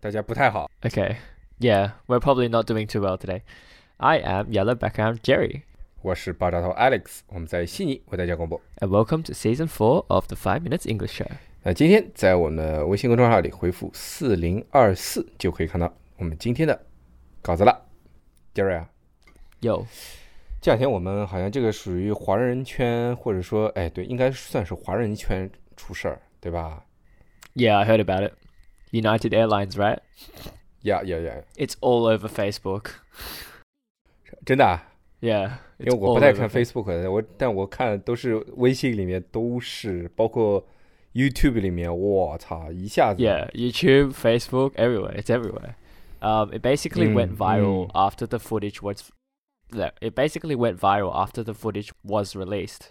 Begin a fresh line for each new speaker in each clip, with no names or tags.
大家不太好，
Okay. Yeah, we're probably not doing too well today. I am Yellow Background Jerry,
我是爆炸头 Alex，我们在悉尼为大家广播。
and welcome to season four of the Five Minutes English Show.
那今天在我们的微信公众号里回复四零二四，就可以看到我们今天的稿子了。杰瑞啊，
Yo,
这两天我们好像这个属于华人圈，或者说，哎，对，应该算是华人圈出事儿，对吧？
yeah, I heard about it. United Airlines, right?
呀呀呀！
It's all over Facebook.
真的、啊，
Yeah,
因
it's
为我
all
不太
over
看
Fa-
Facebook 的，我但我看都是微信里面都是，包括 YouTube 里面，我操，一下子
Yeah, YouTube, Facebook, everywhere. It's everywhere. Um, it basically
Mm,
went viral
mm.
after the footage was. no, It basically went viral after the footage was released.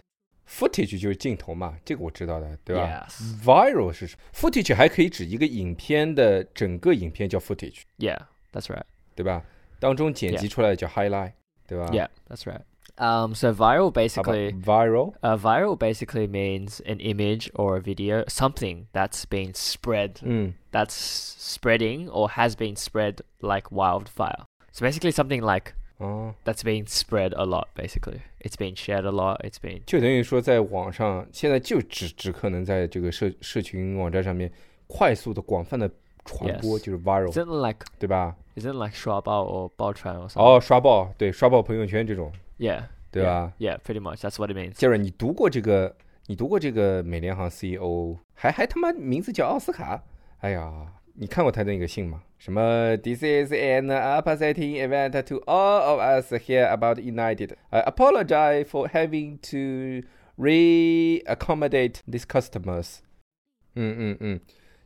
footage 就是镜头嘛，这个我知道的，对吧
Yes.
？Viral 是什么？footage 还可以指一个影片的整个影片叫 footage，
Yeah, that's right.
对吧？当中剪辑
Yeah.
出来的叫 highlight，对吧
Yeah, that's right. Um, so viral
好吧
basically
viral，
Uh, viral basically means an image or a video, something that's been spread,
嗯
that's spreading or has been spread like wildfire. So basically, something like
哦。
that's being spread a lot. Basically, it's been shared a lot. It's been
就等于说，在网上现在就只只可能在这个社社群网站上面快速的、广泛的传播
Yes
就是 viral，
isn't it like
对吧？
isn't it like 刷爆 or 爆传 or something.
哦，刷爆，对，刷爆朋友圈这种，
yeah,
对吧？
yeah, pretty much. That's what it means.
杰瑞，你读过这个？你读过这个美联航 CEO，还还他妈名字叫奥斯卡？哎呀，你看过他的那个信吗？什么？This is an upsetting event to all of us here about United. I apologize for having to reaccommodate these customers. 嗯嗯嗯，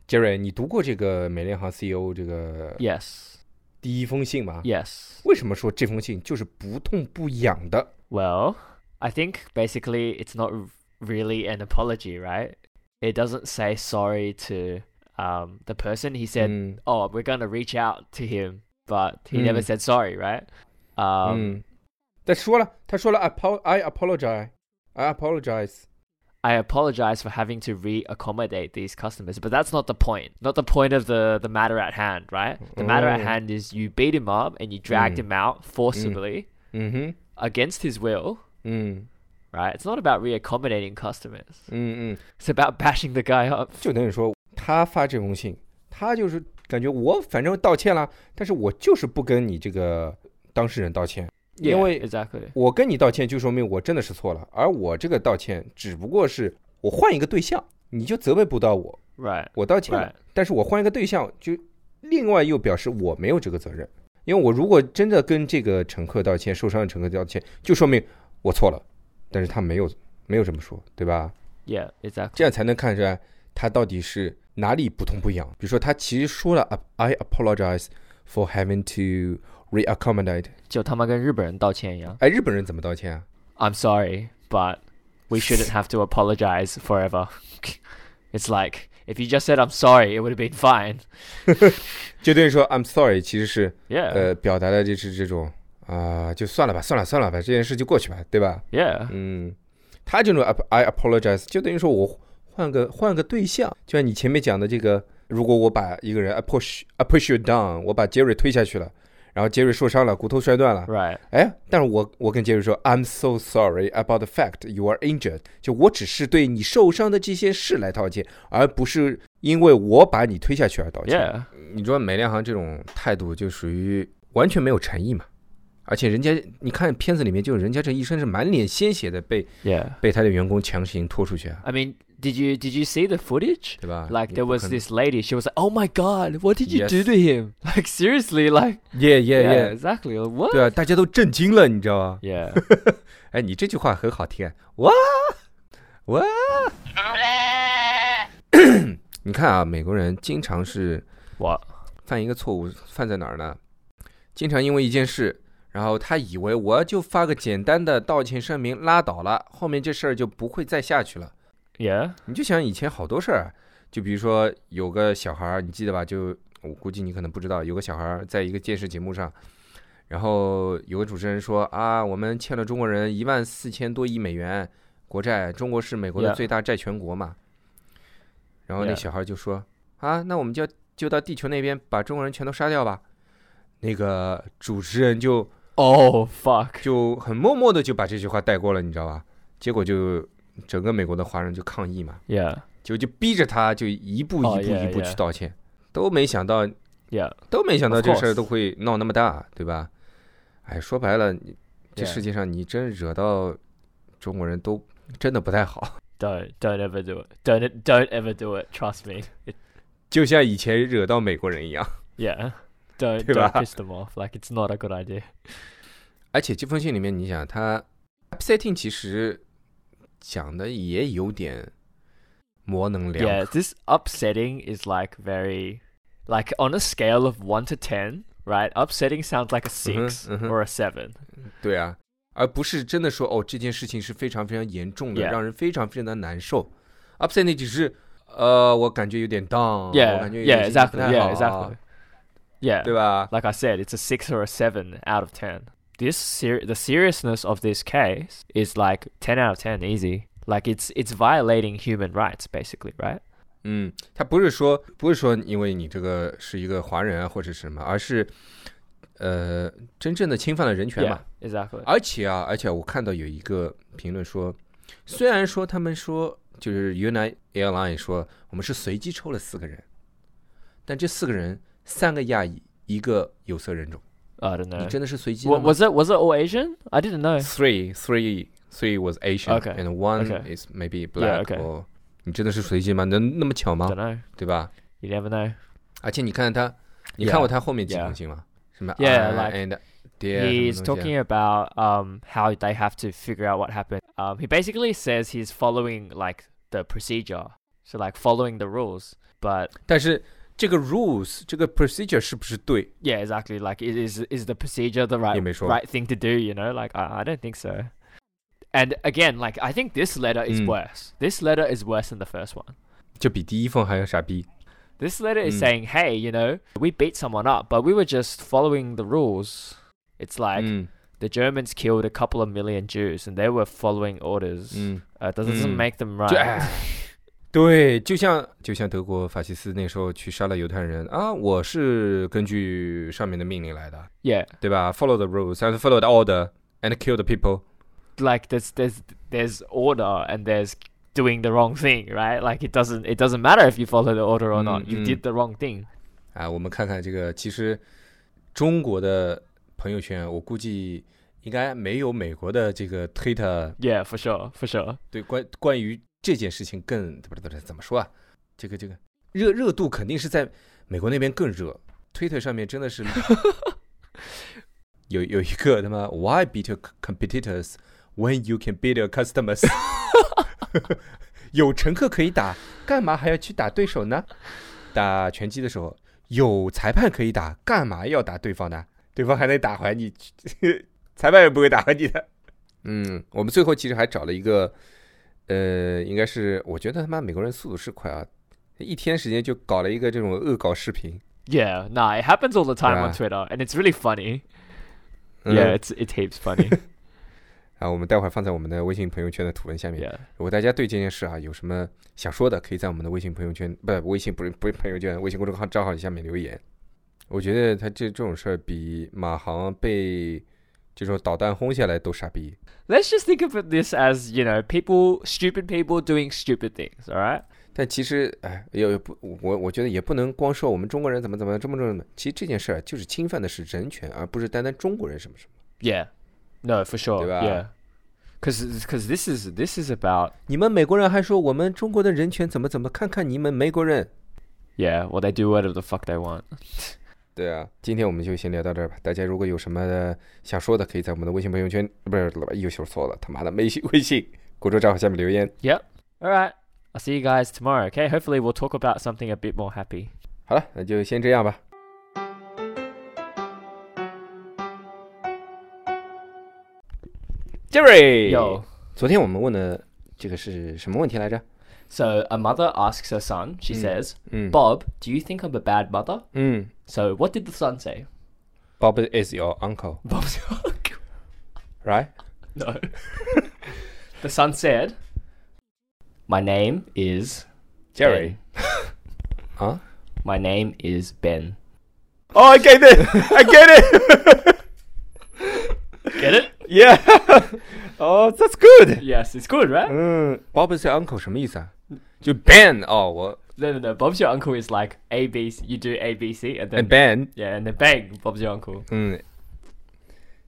杰瑞，你读过这个美联航 CEO 这个
Yes,
第一封信吗
yes.
为什么说这封信就是不痛不痒的？
Well, I think basically it's not r- really an apology, right? It doesn't say sorry to um, the person. He said,
嗯
"Oh, we're gonna reach out to him," but he never
Mm.
said sorry, right? Um,
嗯，但说了，他说了，apo I apologize, I apologize。
I apologize for having to re-accommodate these customers, but that's not the point. Not the point of the the matter at hand, right? The matter at
Mm.
hand is you beat him up and you dragged
Mm.
him out forcibly
嗯哼，
against his will,
嗯
right? It's not about re-accommodating customers.
嗯嗯，
It's about bashing the guy up.
就等于说他发这封信，他就是感觉我反正道歉了，但是我就是不跟你这个当事人道歉，因
Yeah,
为
exactly.
我跟你道歉就说明我真的是错了，而我这个道歉只不过是我换一个对象，你就责备不到我，
Right.
我道歉了
Right.
但是我换一个对象，就另外又表示我没有这个责任，因为我如果真的跟这个乘客道歉，受伤的乘客道歉，就说明我错了，但是他没有没有这么说，对吧？
Yeah, exactly.
这样才能看出来他到底是哪里不痛不痒。比如说，他其实说了，I apologize for having to reaccommodate。
就他妈跟日本人道歉一样。
哎，日本人怎么道歉啊？
I'm sorry, but we shouldn't have to apologize forever. it's like if you just said I'm sorry, it would have been fine.
就等于说 I'm sorry，其实是
Yeah.
呃表达的就是这种啊、就算了吧，算了算了吧，这件事就过去吧，对吧？
yeah.
嗯，他这种 ap- I apologize 就等于说我换个换个对象，就像你前面讲的这个，如果我把一个人 I push I push you down，我把杰瑞推下去了，然后杰瑞受伤了，骨头摔断了，
Right.
哎，但是我我跟杰瑞说，I'm so sorry about the fact you are injured，就我只是对你受伤的这些事来道歉，而不是因为我把你推下去而道歉。
Yeah.
你说美联航这种态度就属于完全没有诚意嘛？而且人家你看片子里面，就人家这一身是满脸鲜血的被
Yeah.
被他的员工强行拖出去啊，
I mean, did you did you see the footage?
对吧
Like
你
there
不
was
可能
this lady, she was like, "Oh my god, what did you
Uh, Yes.
do to him?" Like seriously, like
Yeah yeah yeah，
exactly. Like, what?
对啊，大家都震惊了，你知道吗？
Yeah.
哎，你这句话很好听啊！哇哇！你看啊，美国人经常是
what?
犯一个错误，犯在哪儿呢？经常因为一件事，然后他以为我就发个简单的道歉声明拉倒了，后面这事儿就不会再下去了。
Yeah.
你就想以前好多事儿，啊就比如说有个小孩儿，你记得吧？就我估计你可能不知道，有个小孩儿在一个电视节目上，然后有个主持人说啊，我们欠了中国人一万四千多亿美元国债，中国是美国的
Yeah.
最大债权国嘛。然后那
Yeah.
小孩儿就说啊，那我们就要就到地球那边把中国人全都杀掉吧。那个主持人就
Oh fuck.
就很默默的就把这句话带过了，你知道吧？结果就整个美国的华人就抗议嘛。
Yeah.
就就逼着他就一步
哦
一步
yeah，
一步去
yeah
道歉，都没想到
Yeah.
都没想到
Of
这事儿
course
都会闹那么大，对吧？哎，说白了，你这
Yeah
世界上你真惹到中国人都真的不太好，
Don't don't ever do it. Don't don't ever do it. Trust me. It,
就像以前惹到美国人一样。
yeah. Don't
Dude,
don't
I-
piss them off. Like it's not a good idea.
而且这封信里面，你想他 upsetting 其实讲的也有点模棱两
Yeah,
可，
this upsetting is like very, like on a scale of one to ten, right? Upsetting sounds like a 6
mhm.
or a seven.
对啊，而不是真的说哦，这件事情是非常非常严重的
Yeah.
让人非常非常的难受。Upsetting 只是呃，我感觉有点 down，我
yeah,
感觉有
yeah,
点心情不
exactly.
太
Yeah,
好
exactly. Yeah,
对吧？
like I said, it's a six or a seven out of ten. This ser- the seriousness of this case is like ten out of ten, easy. Like it's it's violating human rights, basically, right?
嗯，他不是说不是说因为你这个是一个华人啊或者是什么，而是呃，真正的侵犯了人权
Yeah,
嘛。
exactly.
而且啊，而且我看到有一个评论说，虽然说他们说就是 United Airline 说我们是随机抽了四个人，但这四个人三个亚裔，一个有色人种，
I don't
你
know.
真的是随机的
Wa-
吗
was it was it all Asian? I didn't know.
？Three, three, three was Asian,
Okay,
and one
okay.
is maybe
Yeah,
black.
okay.
or- 你真的是随机吗？能那么巧
I
吗
don't？know.
对吧？
You never know.
而且你看他，你看过他后面几
Yeah.
封信吗？什么 I
Yeah, like,
and dear，
He's
什么东西啊
talking about um, how they have to figure out what happened. Um, he basically says he's following like the procedure, so like following the rules. But
但是这个 rules 这个 procedure 是不是对？
yeah, exactly. Like, i- is is the procedure the right
也没说
right thing to do? You know, like I, I don't think so. And again, like I think this letter is
Mm.
worse. This letter is worse than the first one.
就比第一封还要傻逼。
This letter is
Mm.
saying, hey, you know, we beat someone up, but we were just following the rules. It's like
嗯
the Germans killed a couple of million Jews, and they were following orders.
嗯，
Uh, doesn't doesn't
Mm.
make them
就
right.
哎，对，就像就像德国法西斯那时候去杀了犹太人啊，我是根据上面的命令来的，
Yeah,
对吧？Follow the rules and follow the order and kill the people。
like there's there's there's order and there's doing the wrong thing, right? Like it doesn't it doesn't matter if you follow the order or not. You
Mm, mm.
did the wrong thing.
啊，我们看看这个，其实中国的朋友圈，我估计应该没有美国的这个 Twitter
Yeah, for sure, for sure.
对关关于这件事情更不是不是怎么说啊？这个这个热热度肯定是在美国那边更热。推特上面真的是有有一个他妈 Why beat your competitors when you can beat your customers？有乘客可以打，干嘛还要去打对手呢？打拳击的时候有裁判可以打，干嘛要打对方呢？对方还能打回你， 裁判也不会打回你的。嗯，我们最后其实还找了一个，呃，应该是我觉得他妈美国人速度是快啊，一天时间就搞了一个这种恶搞视频。
Yeah, nah, it happens all the time on
Yeah.
Twitter, and it's really funny.
嗯
Yeah, it's it's heaps funny.
啊，我们待会儿放在我们的微信朋友圈的图文下面。
yeah,
如果大家对这件事啊有什么想说的，可以在我们的微信朋友圈，不，微信不是不是朋友圈，微信公众号账号下面留言。我觉得他这这种事儿比马航被这种导弹轰下来都傻逼。
let's just think of it this as you know, people, stupid people doing stupid things. All right.
但其实，哎，也也不，我我觉得也不能光说我们中国人怎么怎么这么这么。其实这件事儿啊就是侵犯的是人权，而不是单单中国人什么什么。
Yeah. No, for sure.
Diba?
Yeah. Cause, cause this is this is about
你们美国人还说我们中国的人权怎么怎么，看看你们美国人。
yeah. Well, they do whatever the fuck they want.
对啊，今天我们就先聊到这儿吧。大家如果有什么想说的，可以在我们的微信朋友圈，不是，又说错了，他妈的，微信微信公众账号下面留言。
Yep. All right. I'll see you guys tomorrow. Okay. Hopefully, we'll talk about something a bit more happy.
好了，那就先这样吧。 Jerry，
Yo.
昨天我们问的这个是什么问题来着？
So a mother asks her son, she says,
mm.
Bob, do you think I'm a bad mother?
嗯
So what did the son say?
，Bob is your uncle,
Bob's like,
right?
no. the son said, My name is
Jerry.
Ben.
Huh?
My name is Ben.
Oh, I get it. I get it.
Get it?
yeah. Oh, that's good.
Yes, it's good, right?
嗯，Bob is your uncle 什么意思啊？就 Ben 哦，我
No, no, no. Bob's your uncle is like A B C. You do A B C, and
and
then
哎 Ben，
yeah, and then bang, Bob's your uncle.
嗯，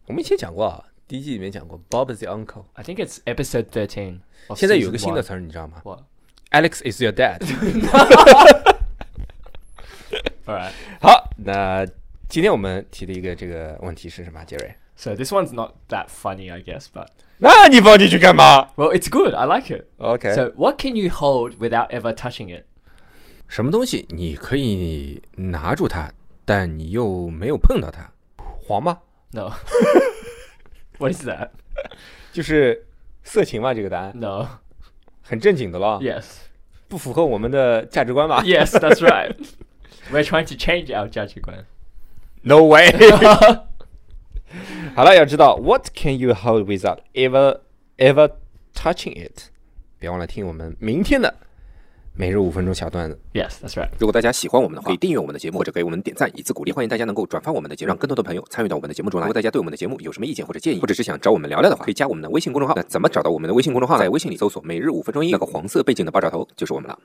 我们以前讲过啊，第一季里面讲过 Bob is your uncle。
I think it's episode thirteen. of
现在有个
season
新
one.
的词儿，你知道吗
What?
？Alex is your dad。
All right.
好，那今天我们提的一个这个问题是什么啊，杰瑞？
So this one's not that funny, I guess, but
那你放进去干嘛
well, it's good. I like it.
？OK，
So what can you hold without ever touching it?
什么东西你可以拿住它，但你又没有碰到它？黄吗？
No. what is that?
就是色情嘛？这个答案
No.
很正经的咯
Yes.
不符合我们的价值观吧
Yes, that's right. We're trying to change our judgment.
No way 好了，要知道 What can you hold without ever ever touching it？别忘了听我们明天的每日五分钟小段子。
Yes, that's right.
如果大家喜欢我们的话，可以订阅我们的节目，或者给我们点赞以资鼓励。欢迎大家能够转发我们的节目，让更多的朋友参与到我们的节目中来。如果大家对我们的节目有什么意见或者建议，或者是想找我们聊聊的话，可以加我们的微信公众号。那怎么找到我们的微信公众号？在微信里搜索“每日五分钟一”，那个黄色背景的爆炸头就是我们了。